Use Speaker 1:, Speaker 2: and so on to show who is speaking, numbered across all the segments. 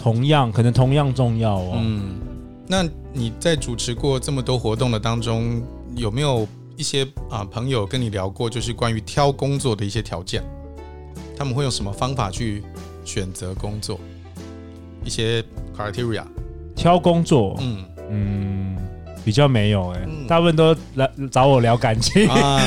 Speaker 1: 同样可能同样重要哦。
Speaker 2: 嗯，那你在主持过这么多活动的当中，有没有一些啊、朋友跟你聊过，就是关于挑工作的一些条件？他们会用什么方法去选择工作？一些 criteria，
Speaker 1: 挑工作，
Speaker 2: 嗯
Speaker 1: 嗯，比较没有哎、
Speaker 2: 嗯
Speaker 1: 大部分都来找我聊感情。
Speaker 2: 啊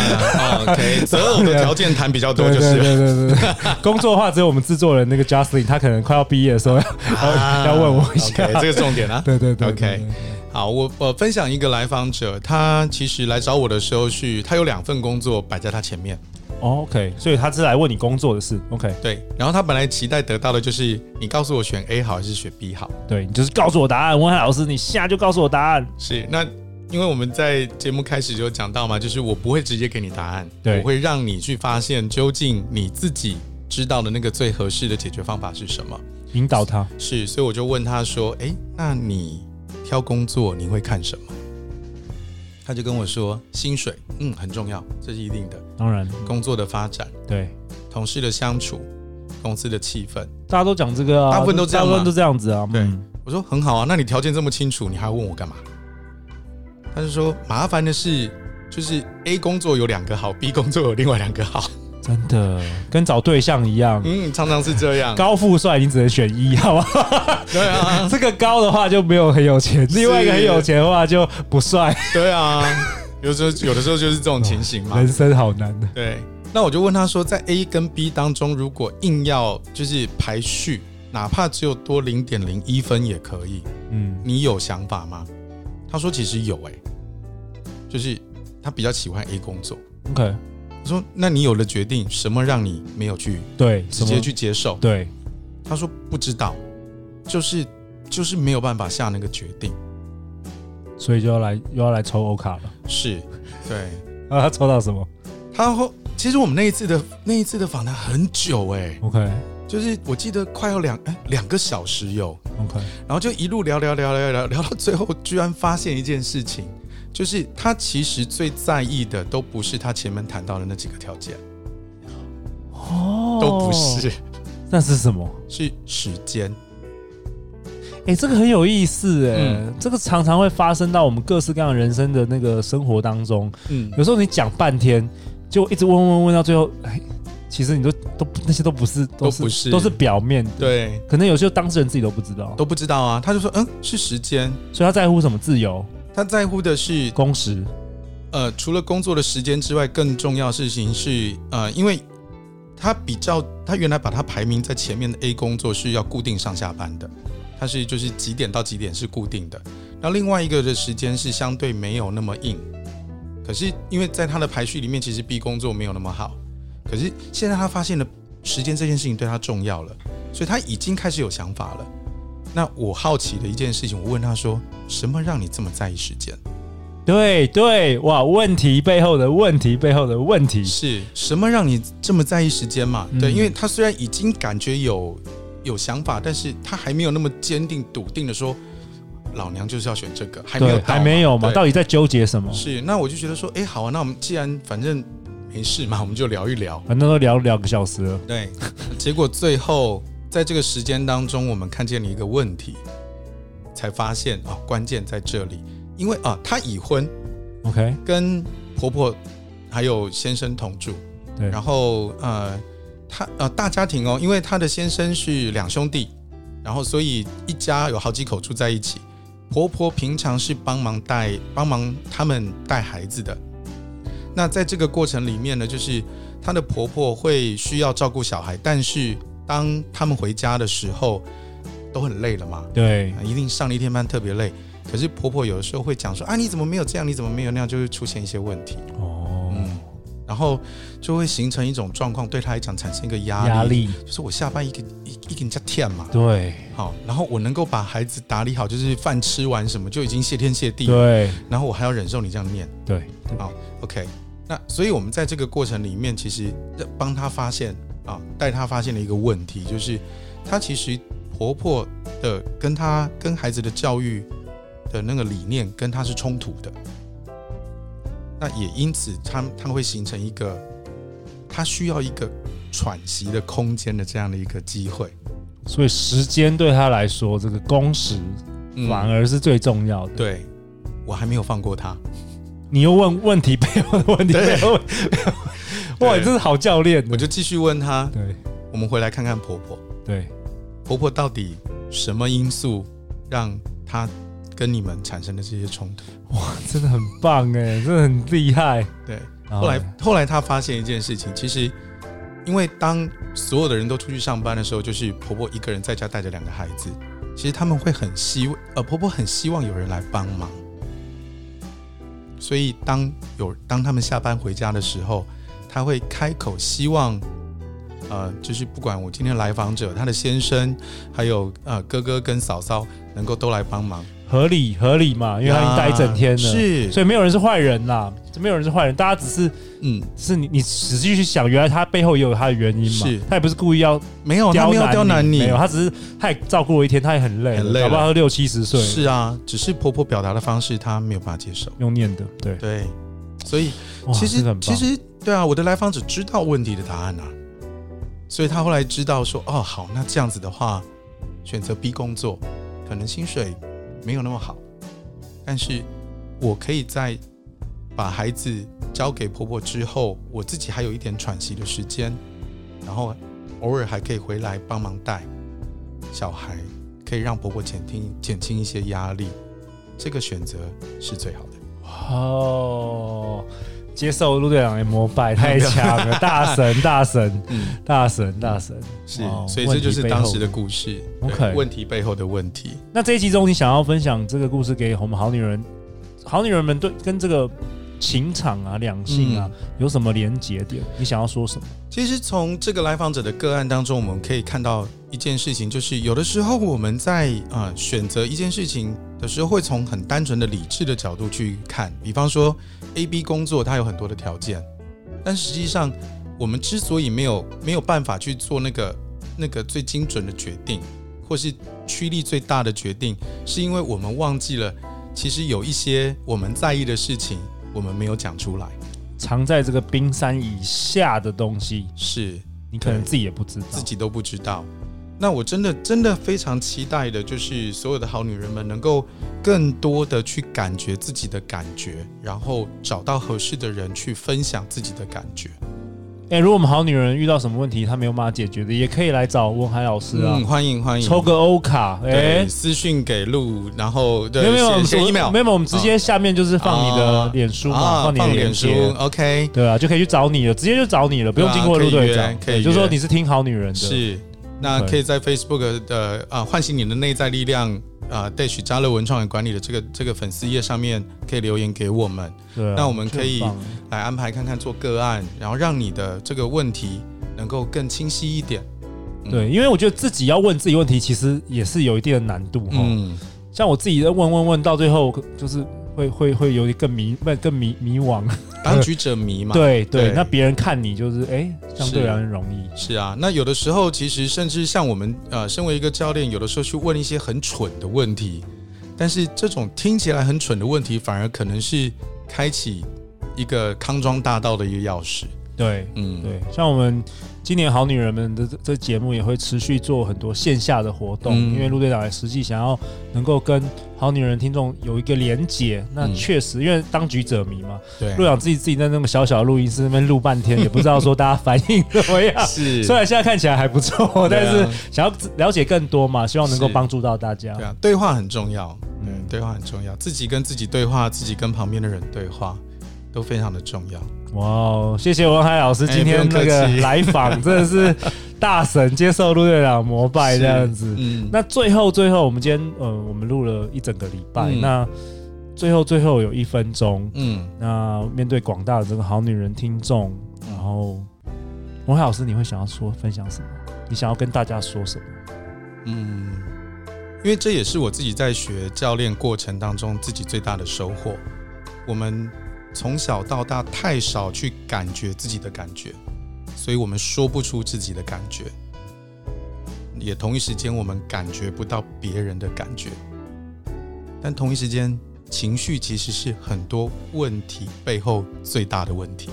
Speaker 2: ，OK，择偶的条件谈比较多，就是
Speaker 1: 对对啊对对 对，工作的话只有我们制作人那个 Justin，他可能快要毕业的时候要、
Speaker 2: 啊
Speaker 1: 要问我一下。
Speaker 2: OK，这个重点啊。
Speaker 1: 对对对
Speaker 2: OK
Speaker 1: 对对对
Speaker 2: 好，我我分享一个来访者，他其实来找我的时候是，他有两份工作摆在他前面，
Speaker 1: 哦 OK，所以他是来问你工作的事，OK，
Speaker 2: 对，然后他本来期待得到的就是你告诉我选 A 好还是选 B 好，
Speaker 1: 对你就是告诉我答案，文海老师，你现在就告诉我答案。
Speaker 2: 是那因为我们在节目开始就讲到嘛，就是我不会直接给你答案，
Speaker 1: 对
Speaker 2: 我会让你去发现究竟你自己知道的那个最合适的解决方法是什么，
Speaker 1: 引导他，
Speaker 2: 是，所以我就问他说，诶，那你挑工作你会看什么？他就跟我说，薪水，嗯，很重要，这是一定的，
Speaker 1: 当然
Speaker 2: 工作的发展，
Speaker 1: 对，
Speaker 2: 同事的相处，公司的气氛。
Speaker 1: 大家都讲这个啊，
Speaker 2: 大部分都这样
Speaker 1: 大
Speaker 2: 嘛
Speaker 1: 部分都这样子啊。
Speaker 2: 对
Speaker 1: 嗯
Speaker 2: 我说很好啊，那你条件这么清楚，你还问我干嘛？他就说麻烦的是，就是 A 工作有两个好，B 工作有另外两个好。
Speaker 1: 真的跟找对象一样，
Speaker 2: 嗯，常常是这 样。
Speaker 1: 高富帅你只能选一，好吧？
Speaker 2: 对啊，
Speaker 1: 这个高的话就没有很有钱，另外一个很有钱的话就不帅，
Speaker 2: 对啊，有时候有的时候就是这种情形嘛
Speaker 1: 人。生好难的。
Speaker 2: 对，那我就问他说，在 A 跟 B 当中，如果硬要就是排序，哪怕只有多零点零一分也可以，
Speaker 1: 嗯，
Speaker 2: 你有想法吗？他说其实有诶、就是他比较喜欢 A 工作。
Speaker 1: OK，
Speaker 2: 我说：“那你有了决定，什么让你没有去
Speaker 1: 对，
Speaker 2: 直
Speaker 1: 什
Speaker 2: 接
Speaker 1: 么
Speaker 2: 去接受
Speaker 1: 对，？”
Speaker 2: 他说：“不知道，就是就是没有办法下那个决定。”
Speaker 1: 所以就要来又要来抽欧卡了。
Speaker 2: 是，对。
Speaker 1: 啊， 他抽到什么
Speaker 2: 他后其实我们那一次的那一次的访谈很久哎、
Speaker 1: ？OK
Speaker 2: 就是我记得快要两哎两个小时有，
Speaker 1: OK，
Speaker 2: 然后就一路聊聊聊聊聊聊到最后，居然发现一件事情，就是他其实最在意的都不是他前面谈到的那几个条件，
Speaker 1: 哦
Speaker 2: 都不，是，
Speaker 1: 那是什么？
Speaker 2: 是时间。
Speaker 1: 哎、这个很有意思哎、
Speaker 2: 嗯
Speaker 1: 这个常常会发生到我们各式各样人生的那个生活当中。
Speaker 2: 嗯，
Speaker 1: 有时候你讲半天，就一直问问问到最后，哎，其实你都都那些都不是，都
Speaker 2: 都不是
Speaker 1: 都是表面的。，
Speaker 2: 对，
Speaker 1: 可能有些当事人自己都不知道，
Speaker 2: 都不知道啊。他就说，嗯，是时间。
Speaker 1: 所以他在乎什么自由、
Speaker 2: 他在乎的是，
Speaker 1: 工时。
Speaker 2: 呃，除了工作的时间之外，更重要的事情是，呃，因为他比较，他原来把他排名在前面的 A 工作是要固定上下班的，他是就是几点到几点是固定的。那另外一个的时间是相对没有那么硬，可是因为在他的排序里面，其实 B 工作没有那么好，可是现在他发现了时间这件事情对他重要了，所以他已经开始有想法了。那我好奇的一件事情，我问他说：“什么让你这么在意时间？”
Speaker 1: 对对，哇，问题背后的问题背后的问题，
Speaker 2: 是什么让你这么在意时间嘛？对，
Speaker 1: 嗯
Speaker 2: 因为他虽然已经感觉有有想法，但是他还没有那么坚定笃定的说，老娘就是要选这个，还没有
Speaker 1: 对，
Speaker 2: 到啊
Speaker 1: 还没有嘛？
Speaker 2: 对
Speaker 1: 到底在纠结什么？
Speaker 2: 是，那我就觉得说，哎，好啊，那我们既然反正没事嘛，我们就聊一聊。
Speaker 1: 反正都聊两个小时了，
Speaker 2: 对，结果最后在这个时间当中，我们看见了一个问题，才发现啊、关键在这里，因为啊，她已婚，
Speaker 1: ，OK，
Speaker 2: 跟婆婆还有先生同住，
Speaker 1: 对
Speaker 2: 然后呃，他呃大家庭哦，因为他的先生是两兄弟，然后所以一家有好几口住在一起。婆婆平常是帮忙带帮忙他们带孩子的，那在这个过程里面呢，就是她的婆婆会需要照顾小孩，但是当他们回家的时候都很累了嘛，
Speaker 1: 对
Speaker 2: 啊，一定上了一天班特别累。可是婆婆有的时候会讲说啊，你怎么没有这样？你怎么没有那样？就会出现一些问题，
Speaker 1: 哦，
Speaker 2: 嗯，然后就会形成一种状况，对她来讲产生一个压力，
Speaker 1: 压力，
Speaker 2: 就是我下班一个一一个人家舔嘛，
Speaker 1: 对
Speaker 2: 好，然后我能够把孩子打理好，就是饭吃完什么就已经谢天谢地，
Speaker 1: 对
Speaker 2: 然后我还要忍受你这样念
Speaker 1: 对，
Speaker 2: ，OK？那所以我们在这个过程里面，其实帮她发现啊，带她发现了一个问题，就是她其实婆婆的跟她跟孩子的教育的那个理念跟她是冲突的，那也因此她她会形成一个她需要一个喘息的空间的这样的一个机会，
Speaker 1: 所以时间对他来说，这个工时
Speaker 2: 嗯
Speaker 1: 反而是最重要的。
Speaker 2: 对我还没有放过她。
Speaker 1: 你又问问题背后的问题背 后，哇，
Speaker 2: 对
Speaker 1: 你真是好教练
Speaker 2: 我。就继续问她，
Speaker 1: 对
Speaker 2: 我们回来看看婆婆，
Speaker 1: 对，
Speaker 2: 婆婆到底什么因素让她跟你们产生的这些冲突？
Speaker 1: 真的很棒哎，真的很厉害。
Speaker 2: 对，
Speaker 1: 然
Speaker 2: 后来
Speaker 1: 嘞
Speaker 2: 后来她发现一件事情，其实因为当所有的人都出去上班的时候，就是婆婆一个人在家带着两个孩子，其实他们会很希望，呃，婆婆很希望有人来帮忙，所以当有当他们下班回家的时候，她会开口希望。呃，就是不管我今天来访者，她的先生，还有呃哥哥跟嫂嫂，能够都来帮忙，
Speaker 1: 合理合理嘛，因为他已经待一整天了，
Speaker 2: 啊是
Speaker 1: 所以没有人是坏人啦，没有人是坏人，大家只是
Speaker 2: 嗯，
Speaker 1: 是你你仔细去想，原来他背后也有他的原因嘛
Speaker 2: 是，
Speaker 1: 他也不是故意要
Speaker 2: 没有，他
Speaker 1: 刁
Speaker 2: 没有
Speaker 1: 难
Speaker 2: 刁难你，
Speaker 1: 没有，他只是他也照顾了一天，他也很累，
Speaker 2: 很累了
Speaker 1: 搞不好他六七十岁了
Speaker 2: 是啊，只是婆婆表达的方式她没有办法接受。
Speaker 1: 用念的，对，
Speaker 2: 对，所以
Speaker 1: 哇
Speaker 2: 其
Speaker 1: 这个
Speaker 2: 实
Speaker 1: 很棒
Speaker 2: 其实对啊，我的来访者知道问题的答案啊，所以他后来知道说，哦，好，那这样子的话，选择 B 工作，可能薪水没有那么好，但是我可以在把孩子交给婆婆之后，我自己还有一点喘息的时间，然后偶尔还可以回来帮忙带小孩，可以让婆婆减轻减轻一些压力，这个选择是最好的。
Speaker 1: 哦，接受陆队长的膜拜，太强了，大神，大神，
Speaker 2: 嗯。
Speaker 1: 大神，大神。
Speaker 2: 是
Speaker 1: 哇，
Speaker 2: 所以这就是当时的故事。
Speaker 1: 问题背后
Speaker 2: 对
Speaker 1: OK
Speaker 2: 问题背后的问题，
Speaker 1: 那这一集中，你想要分享这个故事给我们好女人、好女人们对跟这个情场啊、两性啊、
Speaker 2: 嗯
Speaker 1: 有什么连结点？你想要说什么？
Speaker 2: 其实从这个来访者的个案当中，我们可以看到一件事情，就是有的时候我们在啊、呃选择一件事情的时候，会从很单纯的理智的角度去看。比方说，A、B 工作它有很多的条件，但实际上我们之所以没有没有办法去做那个那个最精准的决定，或是驱力最大的决定，是因为我们忘记了，其实有一些我们在意的事情，我们没有讲出来。
Speaker 1: 藏在这个冰山以下的东西，
Speaker 2: 是，
Speaker 1: 你可能自己也不知道。
Speaker 2: 自己都不知道。那我真的真的非常期待的，就是所有的好女人们能够更多的去感觉自己的感觉，然后找到合适的人去分享自己的感觉。
Speaker 1: 哎、如果我们好女人遇到什么问题，她没有办法解决的，也可以来找文海老师啊，
Speaker 2: 嗯，欢迎欢迎，
Speaker 1: 抽个欧卡，哎、
Speaker 2: 对、私讯给路，然后对
Speaker 1: 没有没有，我
Speaker 2: 写
Speaker 1: 们
Speaker 2: 写 email，
Speaker 1: 没有，我们直接下面就是放你的脸书嘛，
Speaker 2: 啊
Speaker 1: 放你的
Speaker 2: 放
Speaker 1: 链
Speaker 2: 脸书
Speaker 1: 接，
Speaker 2: ，OK，
Speaker 1: 对啊，就可以去找你了，直接就找你了，不用
Speaker 2: 对啊
Speaker 1: 经过陆队长，
Speaker 2: 可以约可以
Speaker 1: 对
Speaker 2: 约
Speaker 1: 就说你是听好女人的，
Speaker 2: 是。那可以在 Facebook 的啊唤醒你的内在力量啊 dash 加乐文创与管理的这个这个粉丝页上面可以留言给我们。
Speaker 1: 对啊，
Speaker 2: 那我们可以
Speaker 1: 就很棒
Speaker 2: 来安排看看做个案，然后让你的这个问题能够更清晰一点。嗯
Speaker 1: 对，因为我觉得自己要问自己问题，其实也是有一定的难度哈、
Speaker 2: 嗯，
Speaker 1: 像我自己在问问问到最后，就是会会会有点更迷，不更迷迷 惘。
Speaker 2: 当局者迷嘛。，
Speaker 1: 对对，
Speaker 2: 对
Speaker 1: 那别人看你就是哎，相对
Speaker 2: 是
Speaker 1: 而言容易。
Speaker 2: 是啊。那有的时候其实甚至像我们呃，身为一个教练，有的时候去问一些很蠢的问题，但是这种听起来很蠢的问题，反而可能是开启一个康庄大道的一个钥匙。
Speaker 1: 对
Speaker 2: 嗯，
Speaker 1: 对，像我们今年好女人们的这这节目也会持续做很多线下的活动，
Speaker 2: 嗯
Speaker 1: 因为陆队长也实际想要能够跟好女人听众有一个连结。那
Speaker 2: 嗯
Speaker 1: 确实，因为当局者迷嘛，
Speaker 2: 对啊
Speaker 1: 陆队长自己自己在那么小小的录音室那边录半天，也不知道说大家反应怎么样。
Speaker 2: 是
Speaker 1: 虽然现在看起来还不错，
Speaker 2: 对
Speaker 1: 但
Speaker 2: 啊
Speaker 1: 是想要了解更多嘛，希望能够
Speaker 2: 是
Speaker 1: 帮助到大家。
Speaker 2: 对啊，对话很重要。
Speaker 1: 嗯
Speaker 2: 嗯，对话很重要，自己跟自己对话，自己跟旁边的人对话，都非常的重要。
Speaker 1: 哇哦，谢谢文海老师
Speaker 2: 哎
Speaker 1: 今天
Speaker 2: 不
Speaker 1: 那
Speaker 2: 用客
Speaker 1: 个
Speaker 2: 气
Speaker 1: 来访，真的是大神接受陆队长膜拜
Speaker 2: 是
Speaker 1: 这样子。
Speaker 2: 嗯，
Speaker 1: 那最后最后，我们今天呃，我们录了一整个礼拜，
Speaker 2: 嗯
Speaker 1: 那最后最后有一分钟，
Speaker 2: 嗯，
Speaker 1: 那面对广大的这个好女人听众，然后文海老师，你会想要说分享什么？你想要跟大家说什么？
Speaker 2: 嗯，因为这也是我自己在学教练过程当中自己最大的收获。我们从小到大太少去感觉自己的感觉，所以我们说不出自己的感觉，也同一时间我们感觉不到别人的感觉。但同一时间，情绪其实是很多问题背后最大的问题。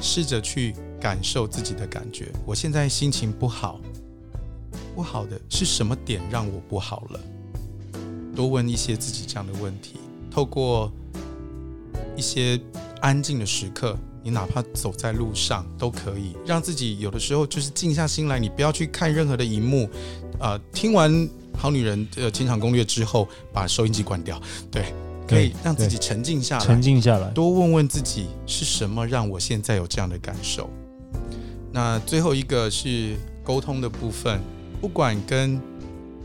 Speaker 2: 试着去感受自己的感觉。我现在心情不好，不好的是什么点让我不好了？多问一些自己这样的问题，透过一些安静的时刻，你哪怕走在路上都可以，让自己有的时候就是静下心来，你不要去看任何的荧幕。呃，听完《好女人》的情场攻略之后，把收音机关掉，对，可以
Speaker 1: 对
Speaker 2: 让自己沉静下来，
Speaker 1: 沉静下来。
Speaker 2: 多问问自己是什么让我现在有这样的感受。那最后一个是沟通的部分，不管跟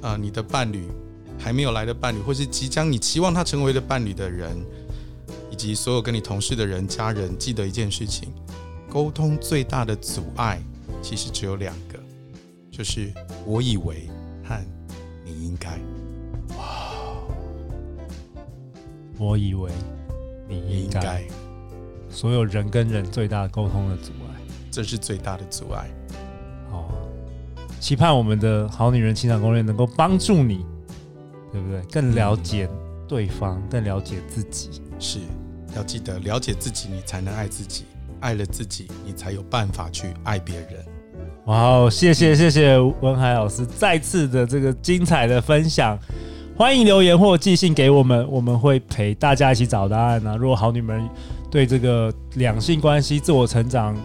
Speaker 2: 呃你的伴侣、还没有来的伴侣，或是即将你期望他成为的伴侣的人，以及所有跟你同事的人、家人，记得一件事情：沟通最大的阻碍其实只有两个，就是我以为和你应该。
Speaker 1: 我以为你
Speaker 2: 你
Speaker 1: 应
Speaker 2: 应
Speaker 1: 该
Speaker 2: 该
Speaker 1: 所有人跟人最大的沟通的阻碍。
Speaker 2: 这是最大的阻碍。
Speaker 1: 哦，期盼我们的好女人情场攻略能够帮助你，对不对？更了解
Speaker 2: 嗯
Speaker 1: 对方，更了解自己。
Speaker 2: 是要记得了解自己，你才能爱自己，爱了自己，你才有办法去爱别人。
Speaker 1: 哇哦，谢谢谢谢文海老师再次的这个精彩的分享。欢迎留言或寄信给我们，我们会陪大家一起找答案啊。如果好女们对这个两性关系、自我成长、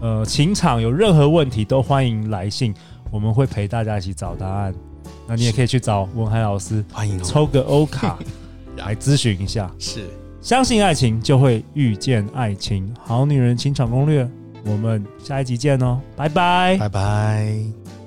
Speaker 1: 呃情场有任何问题，都欢迎来信，我们会陪大家一起找答案。那你也可以去找文海老师
Speaker 2: 欢迎哦
Speaker 1: 抽个欧卡来咨询一下。
Speaker 2: 是，
Speaker 1: 相信爱情，就会遇见爱情。好女人情场攻略，我们下一集见哦，拜拜
Speaker 2: 拜拜。